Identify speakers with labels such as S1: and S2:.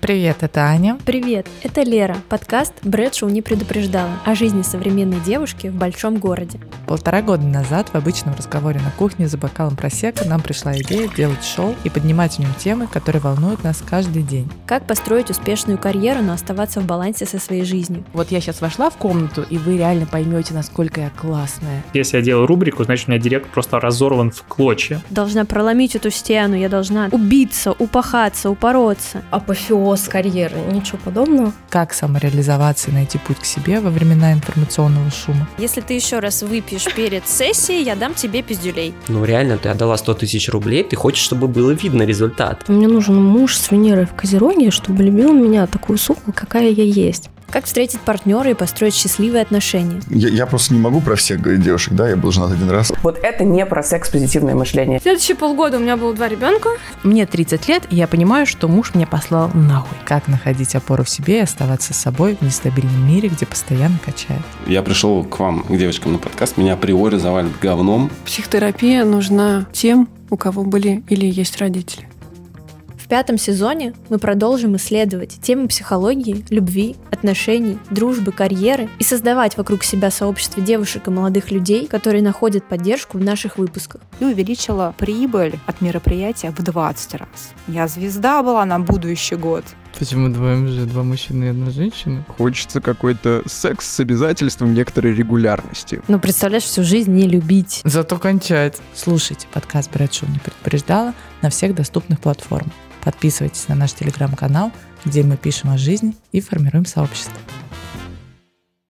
S1: Привет, это Аня.
S2: Привет, это Лера, подкаст «Брэдшоу не предупреждала» о жизни современной девушки в большом городе.
S1: Полтора года назад в обычном разговоре на кухне за бокалом просека нам пришла идея делать шоу и поднимать в нем темы, которые волнуют нас каждый день.
S2: Как построить успешную карьеру, но оставаться в балансе со своей жизнью?
S3: Вот я сейчас вошла в комнату, и вы реально поймете, насколько я классная.
S4: Если я делаю рубрику, значит у меня директ просто разорван в клочья.
S2: Должна проломить эту стену, я должна убиться, упахаться, упороться.
S5: апофеоз карьеры, ничего подобного.
S1: Как самореализоваться и найти путь к себе во времена информационного шума?
S2: Если ты еще раз выпьешь перед сессией, я дам тебе пиздюлей.
S6: Ну реально, ты отдала 100 тысяч рублей, ты хочешь, чтобы было видно результат.
S5: Мне нужен муж с Венерой в Козероге, чтобы любил меня такую суку, какая я есть.
S2: Как встретить партнера и построить счастливые отношения?
S7: Я, я просто не могу про всех говорить девушек, да, я был женат один раз.
S8: Вот это не про секс-позитивное мышление.
S9: Следующие полгода у меня было два ребенка.
S3: Мне 30 лет, и я понимаю, что муж меня послал нахуй.
S1: Как находить опору в себе и оставаться собой в нестабильном мире, где постоянно качает?
S10: Я пришел к вам, к девочкам на подкаст, меня априори завалит говном.
S11: Психотерапия нужна тем, у кого были или есть родители.
S2: В пятом сезоне мы продолжим исследовать темы психологии, любви, отношений, дружбы, карьеры и создавать вокруг себя сообщество девушек и молодых людей, которые находят поддержку в наших выпусках.
S12: и увеличила прибыль от мероприятия в 20 раз. Я звезда была на будущий год.
S13: Почему два МЖ, два мужчины и одна женщина?
S7: Хочется какой-то секс с обязательством некоторой регулярности.
S5: Ну, представляешь, всю жизнь не любить.
S13: Зато кончать.
S1: Слушайте подкаст «Брэдшоу не предупреждала» на всех доступных платформах. Подписывайтесь на наш телеграм-канал, где мы пишем о жизни и формируем сообщество.